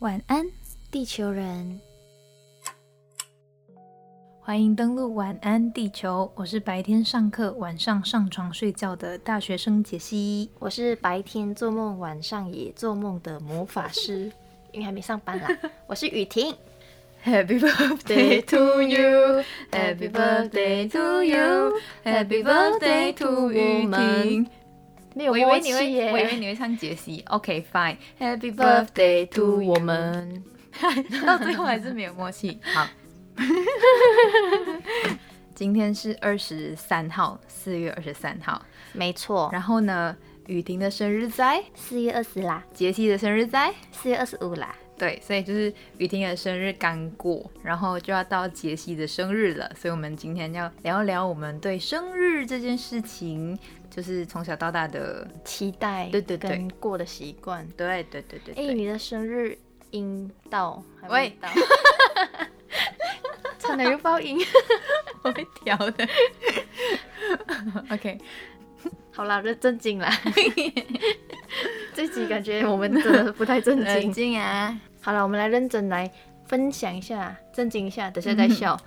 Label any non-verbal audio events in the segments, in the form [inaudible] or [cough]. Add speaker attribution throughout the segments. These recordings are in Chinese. Speaker 1: 晚安，地球人！欢迎登录晚安地球，我是白天上课、晚上上床睡觉的大学生解析。
Speaker 2: 我是白天做梦，晚上也做梦的魔法师， [laughs] 因为还没上班啦。 [laughs] 我是雨婷，
Speaker 1: Happy [laughs] birthday to you, Happy birthday to you, Happy birthday to 雨婷。
Speaker 2: 没有
Speaker 1: 我以为
Speaker 2: 默
Speaker 1: 你
Speaker 2: 契
Speaker 1: 会，
Speaker 2: 耶
Speaker 1: 我以为你会唱解析。OK fine, Happy
Speaker 2: birthday
Speaker 1: birthday
Speaker 2: to
Speaker 1: to
Speaker 2: 我
Speaker 1: 我们。
Speaker 2: 们。
Speaker 1: 到最后还是没有默契。 [laughs] 好，今天是二十三号，四月二十三号。
Speaker 2: 没错，
Speaker 1: 然后呢，雨婷的生日在，
Speaker 2: 四月二十啦，
Speaker 1: 杰西的生日在。
Speaker 2: 四月二十五啦，
Speaker 1: 对，所以就是雨婷的生日刚过，然后就要到杰西的生日了，所以我们今天要聊聊我们对生日这件事情，就是从小到大的，
Speaker 2: 期待
Speaker 1: 对对对
Speaker 2: 跟过的习惯。
Speaker 1: 对对对对
Speaker 2: 哎、
Speaker 1: 对，
Speaker 2: 你的生日阴道还
Speaker 1: 喂
Speaker 2: 没到，差点又爆音。
Speaker 1: [laughs] 我会调的。OK，
Speaker 2: [laughs] [laughs] 好啦，这正经 [laughs] 啦。这集感觉我们真的不太正经。
Speaker 1: 静啊，
Speaker 2: 好了，我们来认真来分享一下，正经一下，等下再笑。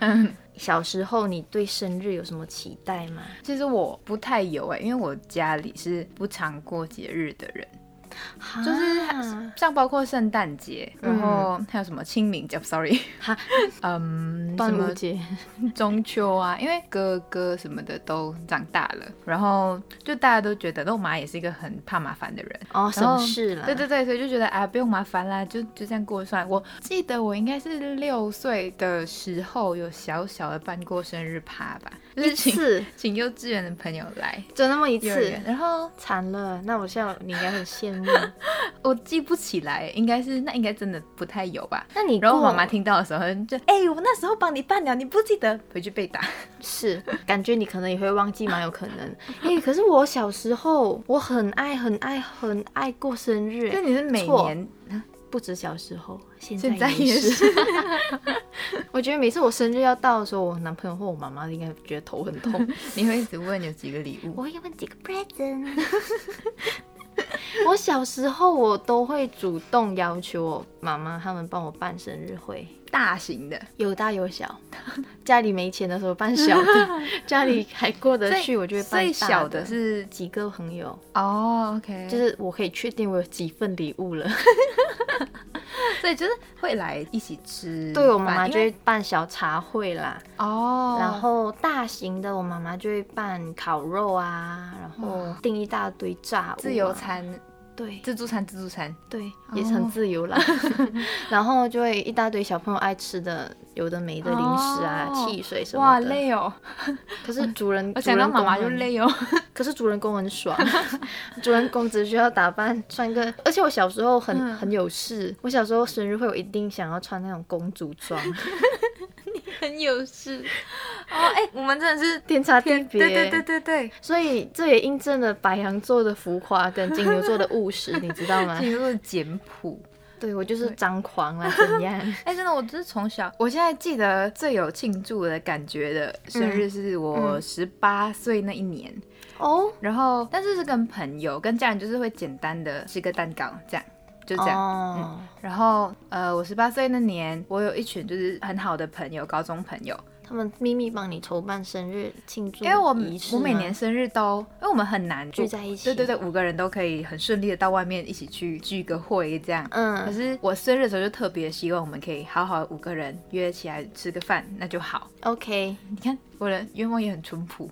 Speaker 2: 小时候你对生日有什么期待吗？
Speaker 1: 其实我不太有哎、因为我家里是不常过节日的人，就是
Speaker 2: 哈
Speaker 1: 像包括圣诞节，
Speaker 2: 嗯
Speaker 1: 然后还有什么清明节、s o r r y
Speaker 2: 哈
Speaker 1: 嗯，什
Speaker 2: 端午
Speaker 1: 么
Speaker 2: 节，
Speaker 1: 中秋啊，因为哥哥什么的都长大了，然后就大家都觉得，那我妈也是一个很怕麻烦的人。
Speaker 2: 哦，省事了。
Speaker 1: 对对对，所以就觉得啊，不用麻烦啦，就就这样过算。我记得我应该是六岁的时候有小小的办过生日趴吧，就是
Speaker 2: 一
Speaker 1: 请
Speaker 2: 次
Speaker 1: 请幼稚园的朋友来
Speaker 2: 就那么一
Speaker 1: 幼儿
Speaker 2: 次
Speaker 1: 园，，然后
Speaker 2: 惨了。那我笑你应该很羡 [laughs] 慕。
Speaker 1: 我记不起来，应该是那应该真的不太有吧。
Speaker 2: 那你
Speaker 1: 然后我
Speaker 2: 过
Speaker 1: 妈妈听到的时候就，哎、我那时候帮你办了，你不记得，回去被打。
Speaker 2: 是感觉你可能也会忘记，蛮有可能。哎、可是我小时候我很爱很爱很爱过生日、
Speaker 1: 那
Speaker 2: 诶
Speaker 1: 你是每
Speaker 2: 错
Speaker 1: 年
Speaker 2: 不止小时候，现在
Speaker 1: 现在
Speaker 2: 也
Speaker 1: 也是。
Speaker 2: 我觉得每次我生日要到的时候，我男朋友或我妈妈应该觉得头很痛。
Speaker 1: [laughs]
Speaker 2: [laughs]
Speaker 1: 你会一直问有几个礼物？
Speaker 2: 我也问几个 present。我小时候我都会主动要求我妈妈他们帮我办生日会，
Speaker 1: 大型的，
Speaker 2: 有大有小。家里没钱的时候办小 [laughs] 的，家里还过得去，我就会办
Speaker 1: 最
Speaker 2: 大
Speaker 1: 小
Speaker 2: 的嗯
Speaker 1: 的。是
Speaker 2: 几个朋友，
Speaker 1: 哦，OK，
Speaker 2: 就
Speaker 1: 就是
Speaker 2: 是我可以确定我有几份礼物了。
Speaker 1: 所以就是会来一起吃饭，
Speaker 2: 对我啊妈妈就会
Speaker 1: 因为
Speaker 2: 办小茶会啦，
Speaker 1: 哦，
Speaker 2: 然后大型的我妈妈就会办烤肉啊，然后订一大堆炸物啊、
Speaker 1: 自由餐、
Speaker 2: [laughs] 对，
Speaker 1: 自助餐、自助餐，
Speaker 2: 对，也是很自由啦。 [laughs] 然后就会一大堆小朋友爱吃的，有的没的零食啊、
Speaker 1: 哦
Speaker 2: 汽水什
Speaker 1: 哇，
Speaker 2: 么的。
Speaker 1: 累哦！
Speaker 2: 可是主人，
Speaker 1: 我
Speaker 2: 主
Speaker 1: 想到
Speaker 2: 人
Speaker 1: 妈
Speaker 2: 公
Speaker 1: 妈就
Speaker 2: 很，
Speaker 1: 累哦。
Speaker 2: 可是主人公很 [laughs] 爽，主人公只需要打扮穿个，而且我小时候很、
Speaker 1: 嗯
Speaker 2: 很有事，我小时候生日会我一定想要穿那种公主 [laughs] 装，
Speaker 1: 很有 [laughs] 事哦。哎、我们真的是
Speaker 2: 天差地
Speaker 1: 天，
Speaker 2: 别。
Speaker 1: 对对对对对，
Speaker 2: 所以这也印证了白羊座的浮夸跟金牛座的务 [laughs] 实，你知道吗？
Speaker 1: 进入简谱。
Speaker 2: 对我就是张狂啦，怎样？
Speaker 1: 哎、真的，我就是从小，我现在记得最有庆祝的感觉的生日是我
Speaker 2: 嗯
Speaker 1: 十八岁那一年，
Speaker 2: [laughs] 哦，
Speaker 1: 然后但是是跟朋友、跟家人，就是会简单的吃个蛋糕这样。就这样
Speaker 2: 哦，
Speaker 1: 然后呃，我十八岁那年，我有一群就是很好的朋友，高中朋友，
Speaker 2: 他们秘密帮你筹办生日庆祝
Speaker 1: 因为我
Speaker 2: 仪式
Speaker 1: 我每
Speaker 2: 吗
Speaker 1: 年生日都，因为我们很难
Speaker 2: 聚在一起
Speaker 1: 对对对，五个人都可以很顺利的到外面一起去聚个会这样，可
Speaker 2: [laughs] 嗯，
Speaker 1: 是我生日的时候就特别希望我们可以好好五个人约起来吃个饭，那就好。
Speaker 2: OK，
Speaker 1: 你看我的愿望也很淳朴。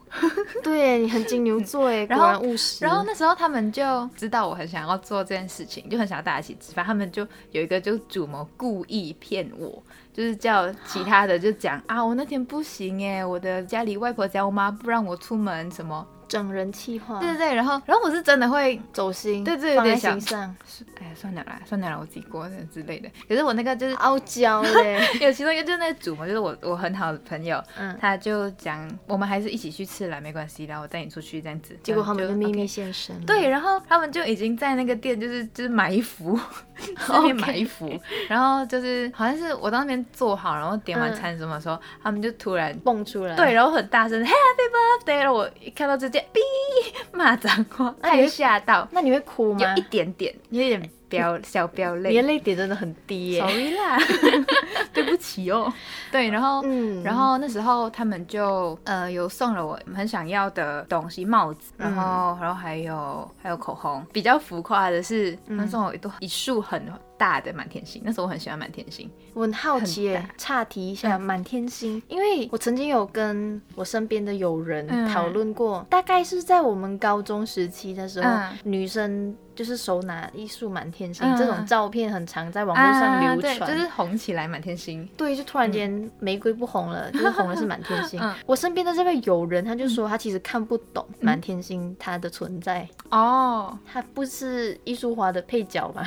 Speaker 2: 对你很金牛座哎，果
Speaker 1: 然
Speaker 2: [laughs]
Speaker 1: 后
Speaker 2: 然务实。
Speaker 1: 然后？那时候他们就知道我很想要做这件事情，就很想要大家一起吃饭。他们就有一个就主谋故意骗我，就是叫其他的就讲啊，我那天不行哎，我的家里外婆家我妈不让我出门什么。
Speaker 2: 整人气化，
Speaker 1: 对对对，然后然后我是真的会
Speaker 2: 走心，
Speaker 1: 对对有
Speaker 2: 放在
Speaker 1: 点
Speaker 2: 心
Speaker 1: 想
Speaker 2: 上， [laughs]
Speaker 1: 哎呀，算了啦，算了啦，我自己过之类的。可是我那个就是
Speaker 2: 傲娇 [laughs] 嘞。
Speaker 1: 有其中一个就是那个主嘛，就是我我很好的朋友，
Speaker 2: 嗯，
Speaker 1: 他就讲我们还是一起去吃啦，没关系啦，我带你出去这样子。
Speaker 2: 结果他们
Speaker 1: 然
Speaker 2: 就
Speaker 1: 后
Speaker 2: 秘密
Speaker 1: OK
Speaker 2: 现身了。
Speaker 1: 对，然后他们就已经在那个店，就是就是埋 [laughs] 伏，在那边埋伏然后就是好像是我到那边坐好，然后点完
Speaker 2: 嗯
Speaker 1: 餐什么的时候，他们就突然
Speaker 2: 蹦出来。
Speaker 1: 对，，然后很大声 Happy Birthday，然后我一看到直接哔骂脏话，
Speaker 2: 那你
Speaker 1: 太
Speaker 2: 会
Speaker 1: 吓到，
Speaker 2: 那你会哭吗
Speaker 1: 有一？点点，有一点飙小飙
Speaker 2: 你的
Speaker 1: 泪
Speaker 2: 泪点真的很低耶、
Speaker 1: ，sorry [laughs] 啦，对不起哦。对，然后
Speaker 2: 嗯
Speaker 1: 然后那时候他们就呃有送了我很想要的东西，帽子，
Speaker 2: 嗯
Speaker 1: 然后、然后还有还有口红。比较浮夸的是，他
Speaker 2: 嗯
Speaker 1: 们送我一朵一束很大的满天星，那时候我很喜欢满天星。
Speaker 2: 我很嗯好奇耶、岔题一下，满天星，因为我曾经有跟我身边的友人
Speaker 1: 嗯
Speaker 2: 讨论过，大概是在我们高中时期的时候，
Speaker 1: 嗯
Speaker 2: 女生就是手拿一束满天星、
Speaker 1: 嗯
Speaker 2: 这种照片，很常在网络上流传、
Speaker 1: 啊对，就是红起来满天星。
Speaker 2: 对，就突然间玫瑰不红 [laughs] 了，就是红的是满天星。
Speaker 1: 嗯
Speaker 2: 我身边的这位友人，他就说他其实看不懂满天星它的存在，
Speaker 1: 哦，
Speaker 2: 它不是艺术花的配角嘛？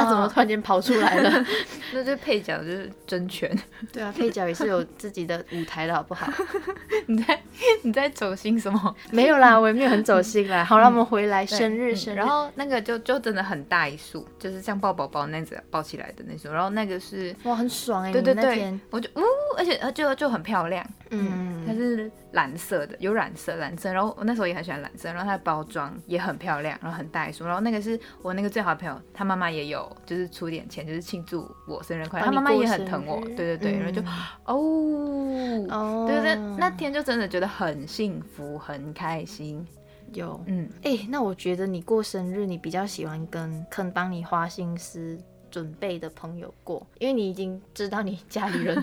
Speaker 2: [laughs] 它怎么突然间跑出来了？
Speaker 1: 那就配角就是真权。
Speaker 2: [laughs]
Speaker 1: [laughs]
Speaker 2: 对啊，配角也是有自己的舞台的好不好？
Speaker 1: 你在你在走心什么？ [laughs]
Speaker 2: 没有啦，我也没有很走心啦。好啦，我们回来生日，
Speaker 1: 嗯
Speaker 2: 生日，
Speaker 1: 然后那个就就真的很大一束，就是像抱宝宝那样子抱起来的那种。然后那个是，
Speaker 2: 哇，很爽哎，
Speaker 1: 对对
Speaker 2: 你们那
Speaker 1: 对
Speaker 2: 天，，
Speaker 1: 我就呜，而且呃就就很漂亮。它
Speaker 2: 嗯，
Speaker 1: 是蓝色的，有染色，蓝色。然后我那时候也很喜欢蓝色，然后它的包装也很漂亮，然后很大一束。然后那个是我那个最好的朋友，他妈妈也有，就是出点钱，就是庆祝我生日快乐。他
Speaker 2: 帮你
Speaker 1: 妈妈也
Speaker 2: 过
Speaker 1: 很疼我，
Speaker 2: 生日嗯
Speaker 1: 对对对，然后就哦，
Speaker 2: 哦，
Speaker 1: 对对，对那天就真的觉得很幸福，很开心。
Speaker 2: 有。
Speaker 1: 嗯，
Speaker 2: 哎、那我觉得你过生日，你比较喜欢跟肯帮你花心思准备的朋友过，因为你已经知道你家里
Speaker 1: [laughs]
Speaker 2: 人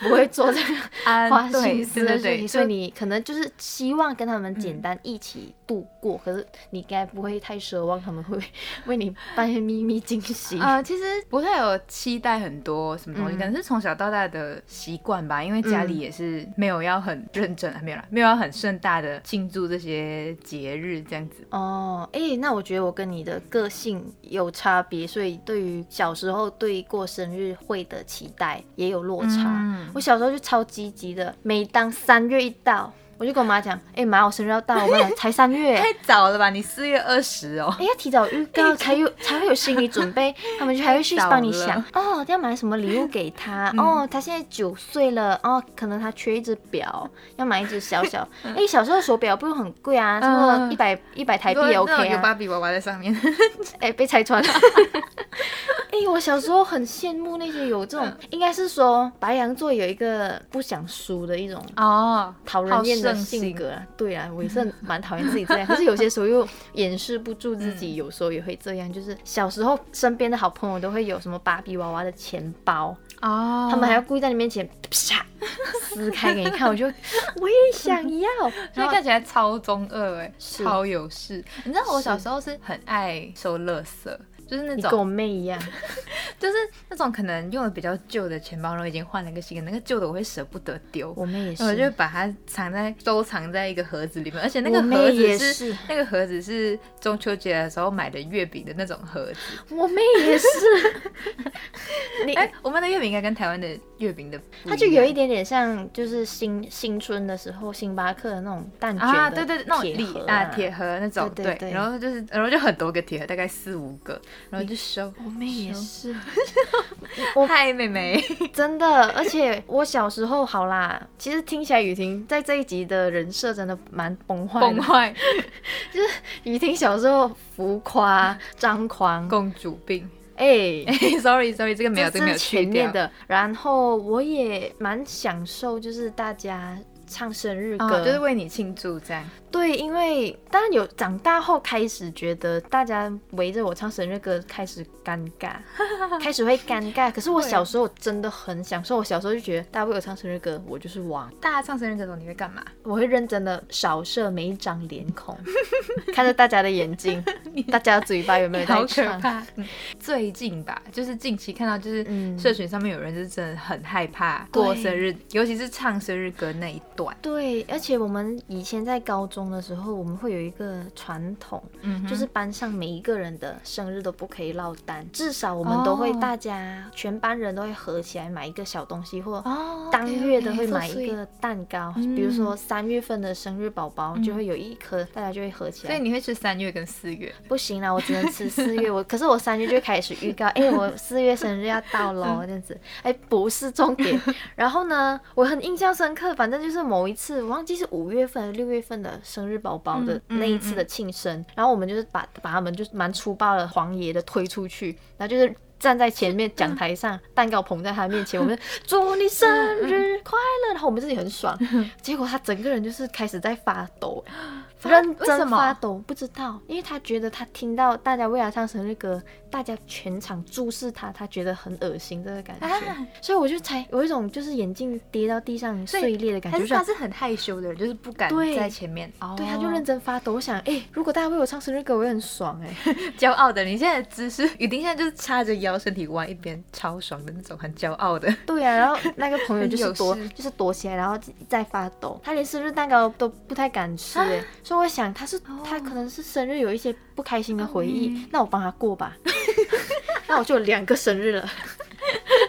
Speaker 2: 不会做这个
Speaker 1: 啊
Speaker 2: 花
Speaker 1: 对
Speaker 2: 心思
Speaker 1: 对
Speaker 2: 的
Speaker 1: 对
Speaker 2: 事情，
Speaker 1: 对，嗯
Speaker 2: 所以
Speaker 1: 就
Speaker 2: 你可能就是希望跟他们简单一起度过，可是你应该不会太奢望他们会 [laughs] 为你办秘密惊喜。
Speaker 1: 呃，其实不太有期待很多什么东西，
Speaker 2: 嗯
Speaker 1: 可能是从小到大的习惯吧。因为家里
Speaker 2: 嗯
Speaker 1: 也是没有要很认真，没有啦，没有要很盛大的庆祝这些节日这样子。
Speaker 2: 哦，哎、那我觉得我跟你的个性有差别，所以对于小时候对过生日会的期待也有落差。
Speaker 1: 嗯
Speaker 2: 我小时候就超积极的，每当三月一到，我就跟我妈讲，哎、妈，我生日要到，我妈讲才三月。
Speaker 1: 太早了吧？你四月二十哦。
Speaker 2: 哎，要提早预告才有才会有心理准备，他们就还会去
Speaker 1: 太早
Speaker 2: 帮你
Speaker 1: 了嗯
Speaker 2: 想哦，要买什么礼物给他、哦，他现在九岁了哦，可能他缺一只表，要买一只小小。
Speaker 1: [laughs]
Speaker 2: 哎，小时候手表不用很贵啊，差不多
Speaker 1: 嗯
Speaker 2: 一百一百台币
Speaker 1: 那
Speaker 2: 也
Speaker 1: 种
Speaker 2: OK
Speaker 1: 有
Speaker 2: 啊。
Speaker 1: 芭比娃娃在上 [laughs] 面，
Speaker 2: 哎、被拆穿了。 [laughs] 哎、我小时候很羡慕那些有这
Speaker 1: 嗯
Speaker 2: 种，应该是说白羊座有一个不想输的一种
Speaker 1: 哦，
Speaker 2: 讨人厌的性格啊。对啊，我也
Speaker 1: [laughs]
Speaker 2: 是很蛮讨厌自己这样，可是有些时候又掩饰不住自
Speaker 1: 嗯
Speaker 2: 己，有时候也会这样。就是小时候身边的好朋友都会有什么芭比娃娃的钱包，
Speaker 1: 哦，
Speaker 2: 他们还要故意在你面前啪撕开给你看，我就 [laughs] 我也想要。
Speaker 1: [laughs] 所以
Speaker 2: 然后
Speaker 1: 看起来超中二哎、
Speaker 2: 是
Speaker 1: 超有事。你知道我小时候是很爱收垃圾，就是那
Speaker 2: 你
Speaker 1: 种
Speaker 2: 跟我妹一样，
Speaker 1: 就是那种可能用的比较旧的钱包，然后已经换了一个新的，那个旧的我会舍不得丢，
Speaker 2: 我妹也是，
Speaker 1: [laughs] 我就把它藏在收藏在一个盒子里面，而且那
Speaker 2: 我
Speaker 1: 个
Speaker 2: 妹
Speaker 1: 盒
Speaker 2: 也
Speaker 1: 子是
Speaker 2: 是
Speaker 1: 那个盒子是中秋节的时候买的月饼的那种盒子。
Speaker 2: 我妹也
Speaker 1: [laughs]
Speaker 2: 是。你
Speaker 1: 哎、我们的月饼应该跟台湾的月饼的不样，
Speaker 2: 它就有一点点像，就是新新春的时候，星巴克的那种蛋卷的
Speaker 1: 啊，对对对，那种
Speaker 2: 铁盒
Speaker 1: 礼啊铁盒那种，
Speaker 2: 对对对
Speaker 1: 然后就是然后就很多个铁盒，大概四五个，然后就收。
Speaker 2: 我妹也
Speaker 1: 收 [laughs]
Speaker 2: 是，
Speaker 1: 嗨，妹妹，
Speaker 2: 真的，而且我小时候好啦，其实听起来雨婷在这一集的人设真的蛮崩坏的。
Speaker 1: 崩坏，
Speaker 2: 雨婷小时候浮夸、张
Speaker 1: [laughs]
Speaker 2: 狂，
Speaker 1: 公主病。
Speaker 2: 哎、
Speaker 1: 哎，sorry sorry，这个没有，这
Speaker 2: 这
Speaker 1: 个没
Speaker 2: 是
Speaker 1: 有
Speaker 2: 前
Speaker 1: 去
Speaker 2: 面
Speaker 1: 掉。
Speaker 2: 的。然后我也蛮享受，就是大家唱生日歌，
Speaker 1: 啊，就是为你庆祝这样。
Speaker 2: 对，因为当然有长大后开始觉得大家围着我唱生日歌开始尴尬， [laughs] 开始会尴尬。可是我
Speaker 1: 会啊
Speaker 2: 小时候真的很享受，我小时候就觉得大家为我唱生日歌，我就是王，
Speaker 1: 大家唱生日歌的时候你会干嘛？
Speaker 2: 我会认真的扫射每一张脸孔， [laughs] 看着大家的眼
Speaker 1: [laughs]
Speaker 2: 睛，大家的嘴巴有没有在
Speaker 1: 好可
Speaker 2: 唱。
Speaker 1: 怕！嗯最近吧，就是近期看到，就是
Speaker 2: 嗯
Speaker 1: 社群上面有人就是真的很害怕
Speaker 2: 对
Speaker 1: 过生日，尤其是唱生日歌那一段。
Speaker 2: 对，而且我们以前在高中的时候，我们会有一个传统，
Speaker 1: 嗯哼
Speaker 2: 就是班上每一个人的生日都不可以落单，至少我们都会
Speaker 1: 哦
Speaker 2: 大家、全班人都会合起来买一个小东西，或
Speaker 1: 哦
Speaker 2: 当月的会买一个蛋糕，
Speaker 1: 嗯
Speaker 2: 比如说三月份的生日宝宝就会有一颗，大家就会合起
Speaker 1: 所以
Speaker 2: 来。
Speaker 1: 你会吃三月跟四月。
Speaker 2: 不行啦，我只能吃四月，我可是我三月就开始预告，哎、我四月生日
Speaker 1: 嗯 [laughs]
Speaker 2: 要到喽，这样子，哎、不是重点。然后呢，我很印象深刻，反正就是我某一次，我忘记是五月份、六月份的生日宝宝的
Speaker 1: 嗯
Speaker 2: 那一次的庆生，然后我们就是把把他们就是蛮粗暴的、黄爷的推出去，然后就是。站在前面讲台上，蛋糕捧在他面前，我
Speaker 1: [laughs]
Speaker 2: 们祝你生
Speaker 1: 嗯
Speaker 2: 日快乐，然后我们自己很爽，结果他整个人就是开始在发抖，哎
Speaker 1: 发
Speaker 2: 认
Speaker 1: 啊为什
Speaker 2: 真
Speaker 1: 么
Speaker 2: 发抖，不知道，因为他觉得他听到大家为他唱生日歌，大家全场注视他，他觉得很恶心这个感觉，
Speaker 1: 啊
Speaker 2: 所以我就才有一种就是眼镜跌到地上
Speaker 1: 所以
Speaker 2: 碎裂的感
Speaker 1: 还
Speaker 2: 觉，就是是
Speaker 1: 他是很害羞的人，就是不敢
Speaker 2: 对
Speaker 1: 在前面。哦
Speaker 2: 对，他就认真发抖。我想，哎、如果大家为我唱生日歌，我会很爽哎、
Speaker 1: 骄傲的。你现在的姿势，雨丁现在就是叉着腰，身体弯一边，超爽的那种，很骄傲的。
Speaker 2: [laughs] 对啊呀、然后那个朋 [laughs] 友就
Speaker 1: 很
Speaker 2: 是
Speaker 1: 有
Speaker 2: 躲
Speaker 1: 事，
Speaker 2: 就是躲起来，然后再发抖。他连生日蛋糕都不太敢吃哎、所以我想他是、他可能是生日有一些不开心的回忆，
Speaker 1: 嗯
Speaker 2: 那我帮他过吧。 [laughs] 那我就有两个生日了。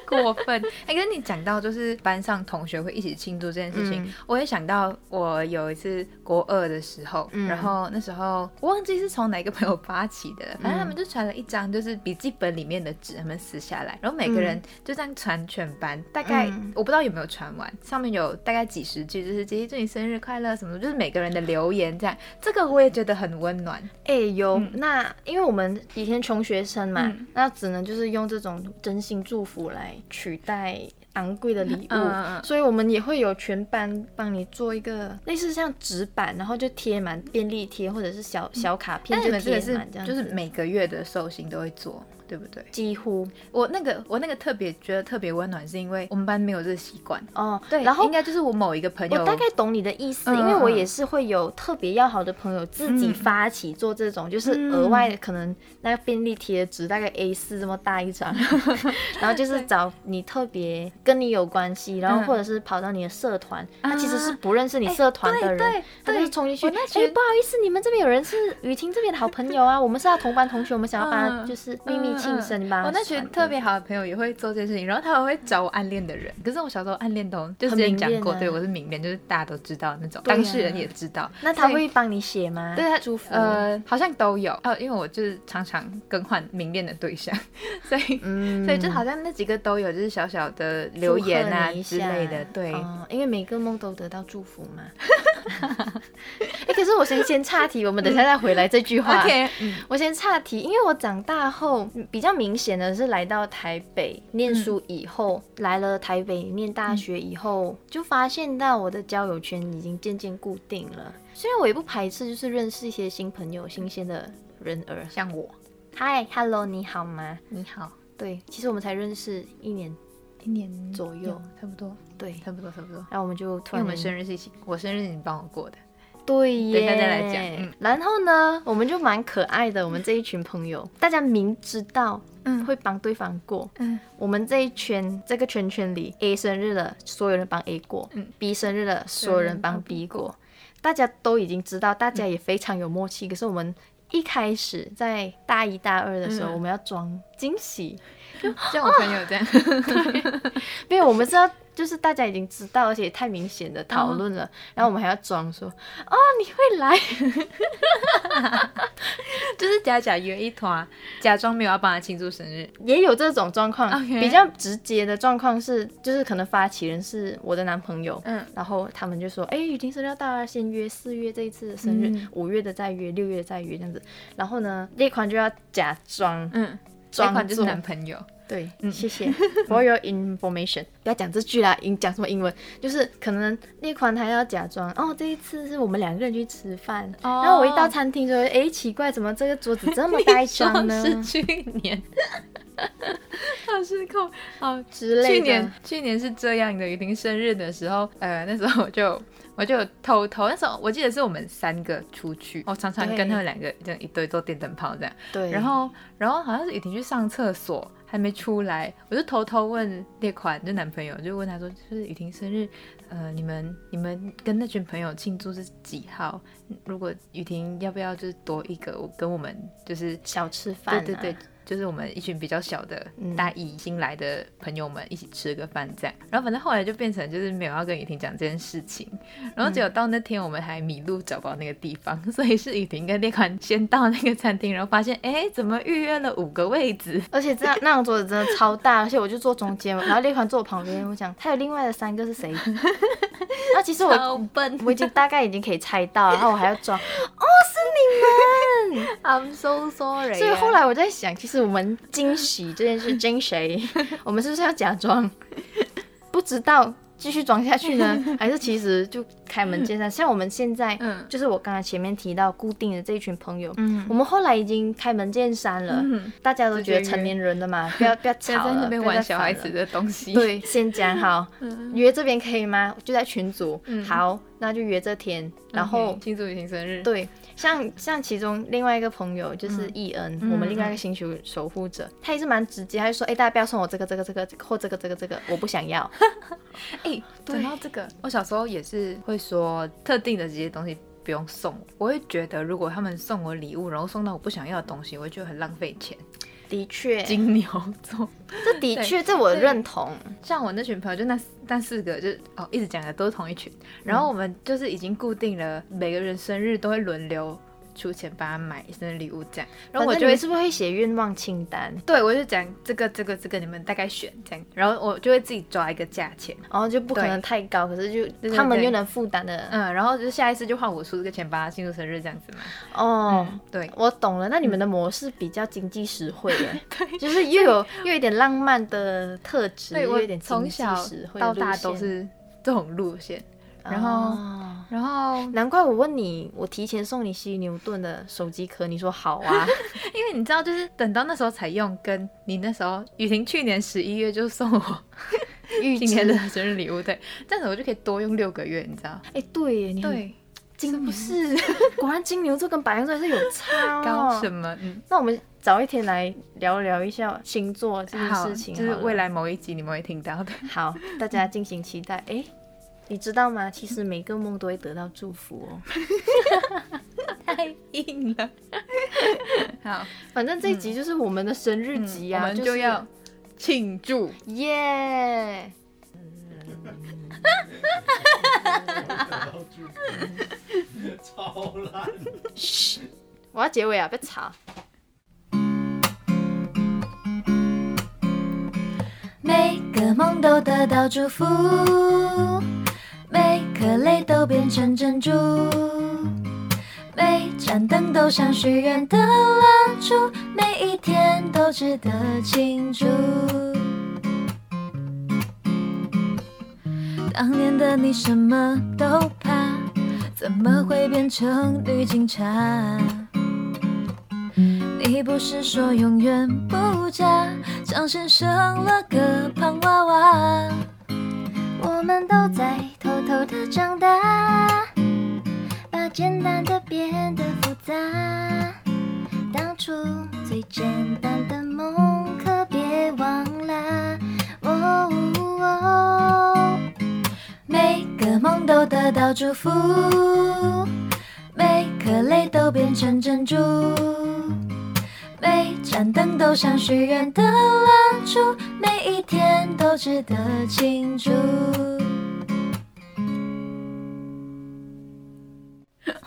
Speaker 1: 过分。哎、跟你讲到就是班上同学会一起庆祝这件事情，
Speaker 2: 嗯
Speaker 1: 我也想到我有一次国二的时候，
Speaker 2: 嗯
Speaker 1: 然后那时候我忘记是从哪个朋友发起
Speaker 2: 嗯
Speaker 1: 的了，反正他们就传了一张就是笔记本里面的纸，他们撕下来，然后每个人就这样传全班，大概、
Speaker 2: 嗯
Speaker 1: 我不知道有没有传完，上面有大概几十句，就是姐姐祝你生日快乐什么，就是每个人的留言这样，这个我也觉得很温暖。
Speaker 2: 哎、有、
Speaker 1: 嗯
Speaker 2: 那，因为我们以前穷学生嘛，
Speaker 1: 嗯
Speaker 2: 那只能就是用这种真心祝福来取代昂贵的礼物，
Speaker 1: 嗯嗯嗯
Speaker 2: 所以我们也会有全班帮你做一个类似像纸板，然后就贴满便利贴或者是小小卡片，
Speaker 1: 嗯但你
Speaker 2: 就
Speaker 1: 们这
Speaker 2: 贴
Speaker 1: 个是
Speaker 2: 满这样子，
Speaker 1: 就是每个月的寿星都会做，对不对？
Speaker 2: 几乎
Speaker 1: 我那个我那个特别觉得特别温暖，是因为我们班没有这个习惯。
Speaker 2: 哦，
Speaker 1: 对，
Speaker 2: 然后
Speaker 1: 应。该就是我某一个朋
Speaker 2: 我
Speaker 1: 友，
Speaker 2: 大概懂你的意思，
Speaker 1: 嗯
Speaker 2: 因为我
Speaker 1: 嗯
Speaker 2: 也是会有特别要好的朋友自己
Speaker 1: 嗯
Speaker 2: 发起做这种，就是
Speaker 1: 嗯
Speaker 2: 额外的可能那个便利贴纸大概 A 四这么大一张， [laughs] 然后就是找你特别跟你有关系，然后
Speaker 1: 嗯
Speaker 2: 或者是跑到你的社团，他
Speaker 1: 啊
Speaker 2: 其实是不认识你社团的
Speaker 1: 对对
Speaker 2: 人，他就是
Speaker 1: 对
Speaker 2: 冲进去，
Speaker 1: 我那
Speaker 2: 哎，
Speaker 1: 群
Speaker 2: 不好意思，你们这边有人是雨婷这边的好朋友啊，我们是他同班同学，我们想要帮他
Speaker 1: 嗯
Speaker 2: 就是秘密庆生，你帮他
Speaker 1: 我那
Speaker 2: 传
Speaker 1: 群
Speaker 2: 歌
Speaker 1: 特别好的朋友也会做这件事情，然后他们会找我暗恋的人。可是我小时候暗恋都就是之前讲
Speaker 2: 很明
Speaker 1: 过，
Speaker 2: 恋啊
Speaker 1: 对我是明恋，就是大家都知道那种，
Speaker 2: 对啊
Speaker 1: 当事人也知道。
Speaker 2: 那他
Speaker 1: 所以
Speaker 2: 会帮你写吗？
Speaker 1: 对他
Speaker 2: 祝福，
Speaker 1: 呃，好像都有哦，因为我就是常常更换明恋的对象， [laughs] 所以、
Speaker 2: 嗯
Speaker 1: 所以就好像那几个都有，就是小小的留言
Speaker 2: 祝
Speaker 1: 啊
Speaker 2: 贺你一
Speaker 1: 之
Speaker 2: 下
Speaker 1: 类的，对。
Speaker 2: 哦因为每个梦都得到祝福嘛。 [laughs] 哎、可是我先先岔题，我们等一下再回来这句话。
Speaker 1: OK，嗯
Speaker 2: 我先岔题，因为我长大后比较明显的是来到台北
Speaker 1: 嗯
Speaker 2: 念书以后，来了台北念大学以后，就发现到我的交友圈已经渐渐固定了。虽然我也不排斥，就是认识一些新朋友、新鲜的人儿。
Speaker 1: 像我，
Speaker 2: 嗨，Hello，你好吗？
Speaker 1: 你好，
Speaker 2: 对，其实我们才认识一年，
Speaker 1: 一年
Speaker 2: 左右
Speaker 1: 有，差不多，
Speaker 2: 对，
Speaker 1: 差不多，差不多。
Speaker 2: 然后我们就
Speaker 1: 嗯因
Speaker 2: 突
Speaker 1: 为
Speaker 2: 然
Speaker 1: 我们生日是一起，我生日你帮我过的，
Speaker 2: 对耶，
Speaker 1: 等一下再来讲嗯
Speaker 2: 然后呢，我们就蛮可爱的，我们这一群朋友，大家明知道
Speaker 1: 嗯
Speaker 2: 会帮对方过，
Speaker 1: 嗯，
Speaker 2: 我们这一圈这个圈圈里，A 生日了，所有人帮 A 过、
Speaker 1: 嗯
Speaker 2: b 生日了，所有人帮 B
Speaker 1: 所有
Speaker 2: 过，
Speaker 1: 嗯
Speaker 2: 大家都已经知道，大家也非常有默契。可是我们一开始在大一大二的时候，
Speaker 1: 嗯
Speaker 2: 我们要装惊喜，
Speaker 1: 像我朋友 [laughs] 这样，
Speaker 2: 因为我们知道，就是大家已经知道，而且太明显的讨论
Speaker 1: 嗯
Speaker 2: 了，然后我们还要装说，哦，你会来，
Speaker 1: 就是假假约一团，假装没有要帮他庆祝生日，
Speaker 2: 也有这种状况
Speaker 1: OK
Speaker 2: 比较直接的状况是，就是可能发起人是我的男朋友，
Speaker 1: 嗯
Speaker 2: 然后他们就说，哎，雨婷生日要到了，先约四月这一次的生日
Speaker 1: 嗯，
Speaker 2: 五、月的再约，六月的再约这样子。然后呢，那款就要假装
Speaker 1: 嗯，这
Speaker 2: 装
Speaker 1: 款就是
Speaker 2: 作
Speaker 1: 男朋友，
Speaker 2: 对，谢谢 for your information。不要讲这句啦，英讲什么英文？就是可能那款他要假装哦，这一次是我们两个人去吃饭
Speaker 1: 哦
Speaker 2: 然后我一到餐厅就会，哎，奇怪，怎么这个桌子这么大一张呢？
Speaker 1: 是去年， [laughs] 他是靠哦。
Speaker 2: 之类的。
Speaker 1: 去年去年是这样的，雨婷生日的时候，呃，那时候我就 [laughs] 我就偷偷，那时候我记得是我们三个出去，我常常
Speaker 2: 对
Speaker 1: 跟他们两个这样一堆做电灯泡这样，
Speaker 2: 对，
Speaker 1: 然后，然后好像是雨婷去上厕所还没出来，我就偷偷问列款，就男朋友，就问他说，就是雨婷生日，呃，你们你们跟那群朋友庆祝是几号？如果雨婷要不要就是多一个，我跟我们就是
Speaker 2: 小吃饭、
Speaker 1: 对
Speaker 2: 啊，嗯
Speaker 1: 对对，就是我们一群比较小的大一新来的朋友们一起吃个饭这样。然后反正后来就变成就是没有要跟雨婷讲这件事情，然后只有到那天我们还迷路找不到那个地方， [laughs] 所以是雨婷跟列款先到那个餐厅，然后发现哎怎么预约了五个位置？
Speaker 2: 而且这样那张桌子真的超大，而且我就坐中间，然后那款坐我旁边。我想，还有另外的三个是 [laughs] 谁？那其实 [laughs] 我
Speaker 1: 好笨
Speaker 2: [laughs] 我已经大概已经可以猜到，然后我还要装。
Speaker 1: ，I'm so sorry 啊。
Speaker 2: 所以后来我在想，其实我们惊喜这件事惊谁？ [laughs] 我们是不是要假装不知道？继续装下去 [laughs] 呢，还是其实就开门见山？像我们现在，
Speaker 1: 嗯
Speaker 2: 就是我刚才前面提到固定的这一群朋友，
Speaker 1: 嗯
Speaker 2: 我们后来已经开门见山了，
Speaker 1: 嗯
Speaker 2: 大家都觉得
Speaker 1: 直接约
Speaker 2: 成年人了嘛，不要 [laughs] 不要
Speaker 1: 现
Speaker 2: 哎
Speaker 1: 在
Speaker 2: 吵
Speaker 1: 在
Speaker 2: 了，
Speaker 1: 那边
Speaker 2: 不要
Speaker 1: 玩
Speaker 2: 再
Speaker 1: 小
Speaker 2: 烦
Speaker 1: 孩
Speaker 2: 了
Speaker 1: 子的东西。嗯
Speaker 2: 对，先讲好，约这边可以吗？就在群组，
Speaker 1: 嗯
Speaker 2: 好，那就约这天。然后
Speaker 1: OK，庆嗯祝雨婷生日。
Speaker 2: 对，像像其中另外一个朋友就是
Speaker 1: 嗯
Speaker 2: 易恩，
Speaker 1: 嗯
Speaker 2: 我们另外一个星球守护者，他也是蛮直接，他就说，哎、大家不要送我这个这个这个或这个这个这个，我不想要。
Speaker 1: 哎、讲
Speaker 2: 对
Speaker 1: 到这个，我小时候也是会说特定的这些东西不用送我，我会觉得如果他们送我礼物，然后送到我不想要的东西，我会觉得很浪费钱。
Speaker 2: 的确，
Speaker 1: 金牛座，
Speaker 2: 这的
Speaker 1: 对
Speaker 2: 确，这我
Speaker 1: 对
Speaker 2: 认同。
Speaker 1: 像我那群朋友，就那那四个，就是哦，一直讲的都是同一群。然后我们就是已经固定了，每个人生日都会轮流出钱帮他买生日礼物这样。然后我
Speaker 2: 反正
Speaker 1: 就
Speaker 2: 你
Speaker 1: 会
Speaker 2: 们是不是会写愿望清单，
Speaker 1: 对我就讲这个这个这个，你们大概选这样。然后我就会自己抓一个价钱，
Speaker 2: 然后就不可
Speaker 1: 对
Speaker 2: 能太高，可是就
Speaker 1: 对
Speaker 2: 他们
Speaker 1: 对
Speaker 2: 又能负担的。
Speaker 1: 嗯，然后就是下一次就换我出这个钱帮他庆祝生日这样子嘛。
Speaker 2: 哦，
Speaker 1: 对，
Speaker 2: 我懂了，那你们的模式比较经济实惠
Speaker 1: 嗯 [laughs]
Speaker 2: 耶，就是又有又有点浪漫的特质，
Speaker 1: 对
Speaker 2: 又
Speaker 1: 我
Speaker 2: 有点经
Speaker 1: 从
Speaker 2: 济
Speaker 1: 小
Speaker 2: 实惠的
Speaker 1: 到
Speaker 2: 路
Speaker 1: 大都
Speaker 2: 线。
Speaker 1: 是这种路线，然后
Speaker 2: 哦 [laughs]
Speaker 1: 然后
Speaker 2: 难怪我问你，我提前送你犀牛顿的手机壳，你说好
Speaker 1: [laughs]
Speaker 2: 啊，
Speaker 1: 因为你知道，就是等到那时候才用，跟你那时候雨婷去年十一月就
Speaker 2: [laughs]
Speaker 1: 送我
Speaker 2: 预
Speaker 1: 今
Speaker 2: 计
Speaker 1: 年的生日礼物，对，这样子我就可以多用六个月，你知道？
Speaker 2: 哎、对耶，你很，
Speaker 1: 对，
Speaker 2: 金不是， [laughs] 果然金牛座跟白羊座还是有差、哦。
Speaker 1: 高什么？嗯，
Speaker 2: 那我们早一天来聊聊一下星座这件
Speaker 1: 好，
Speaker 2: 事情，
Speaker 1: 就是未来某一集你们会听到的。
Speaker 2: 好，大家敬请期待。哎，你知道吗？其实每个梦都会得到祝福哦。
Speaker 1: 太硬了， [laughs] 好，
Speaker 2: 反正这一集就是我们的生日集
Speaker 1: 嗯我
Speaker 2: 啊，
Speaker 1: 们
Speaker 2: 是
Speaker 1: 就要庆祝。
Speaker 2: 耶！嗯
Speaker 3: 超烂。
Speaker 2: 我要结尾啊，别吵。
Speaker 4: 每个梦都得到祝福，每颗泪都变成珍珠，每盏灯都像许愿的蜡烛，每一天都值得庆祝。当年的你什么都怕，怎么会变成女警察？你不是说永远不嫁，张先生了个胖娃娃。我们都在偷偷的长大，把简单的变得复杂。当初最简单的梦，可别忘啦。哦哦每个梦都得到祝福。每颗泪都变成珍珠，每盏灯都像许愿的蜡烛，每一天都值得庆祝。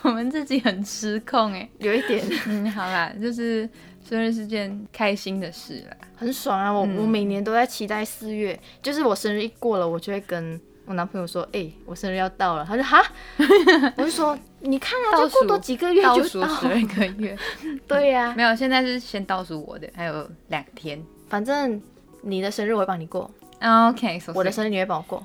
Speaker 1: 我们自己很失控哎、
Speaker 2: 有一点
Speaker 1: 嗯，好啦，就是生日是件开心的事啦。
Speaker 2: 很爽啊，我、
Speaker 1: 嗯
Speaker 2: 我每年都在期待四月，就是我生日一过了，我就会跟我男朋友说，哎、我生日要到了，他就哈，我就说你看啊，
Speaker 1: 倒
Speaker 2: 就
Speaker 1: 数
Speaker 2: 过多几个月
Speaker 1: 倒
Speaker 2: 就啊
Speaker 1: 数
Speaker 2: 到
Speaker 1: 十
Speaker 2: 了，
Speaker 1: 二个
Speaker 2: [laughs]
Speaker 1: 月，
Speaker 2: 对呀、
Speaker 1: 没有，现在是先倒数我的，还有两天。啊
Speaker 2: 反正你的生日我会帮你过，
Speaker 1: OK，so、啊
Speaker 2: 我的生日你会帮我过。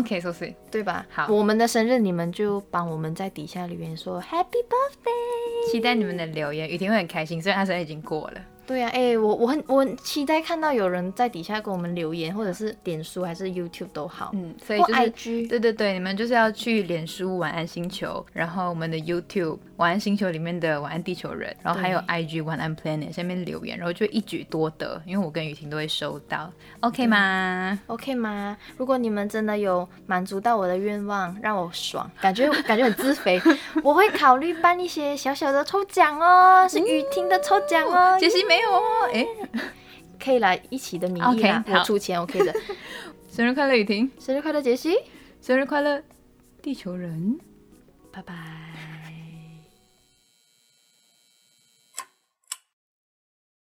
Speaker 1: OK，so、sweet。
Speaker 2: 对吧？
Speaker 1: 好
Speaker 2: 我们的生日你们就帮我们在底下留言说 Happy Birthday。
Speaker 1: 期待你们的留言，雨婷会很开心，虽然她生日已经过了。
Speaker 2: 对呀、啊，哎、我我很我很期待看到有人在底下给我们留言，或者是点书还是 YouTube 都好，
Speaker 1: 嗯，所以
Speaker 2: 或
Speaker 1: 就是。
Speaker 2: IG。
Speaker 1: 对对对，你们就是要去脸书晚安星球，然后我们的 YouTube，晚安星球里面的晚安地球人，然后还有 IG 晚安 Planet 下面留言，然后就一举多得，因为我跟雨婷都会收到，OK 吗？
Speaker 2: OK 吗？如果你们真的有满足到我的愿望，让我爽，感觉 [laughs] 感觉很自肥，我会考虑办一些小小的抽奖哦，是雨婷的抽奖哦，
Speaker 1: 杰西没有哦，哎，
Speaker 2: 可以来一起的名义啦
Speaker 1: OK，好
Speaker 2: 我出钱 OK 的。
Speaker 1: 生日快乐，雨婷，
Speaker 2: 生日快乐，杰西！
Speaker 1: 生日快乐，地球人，拜拜。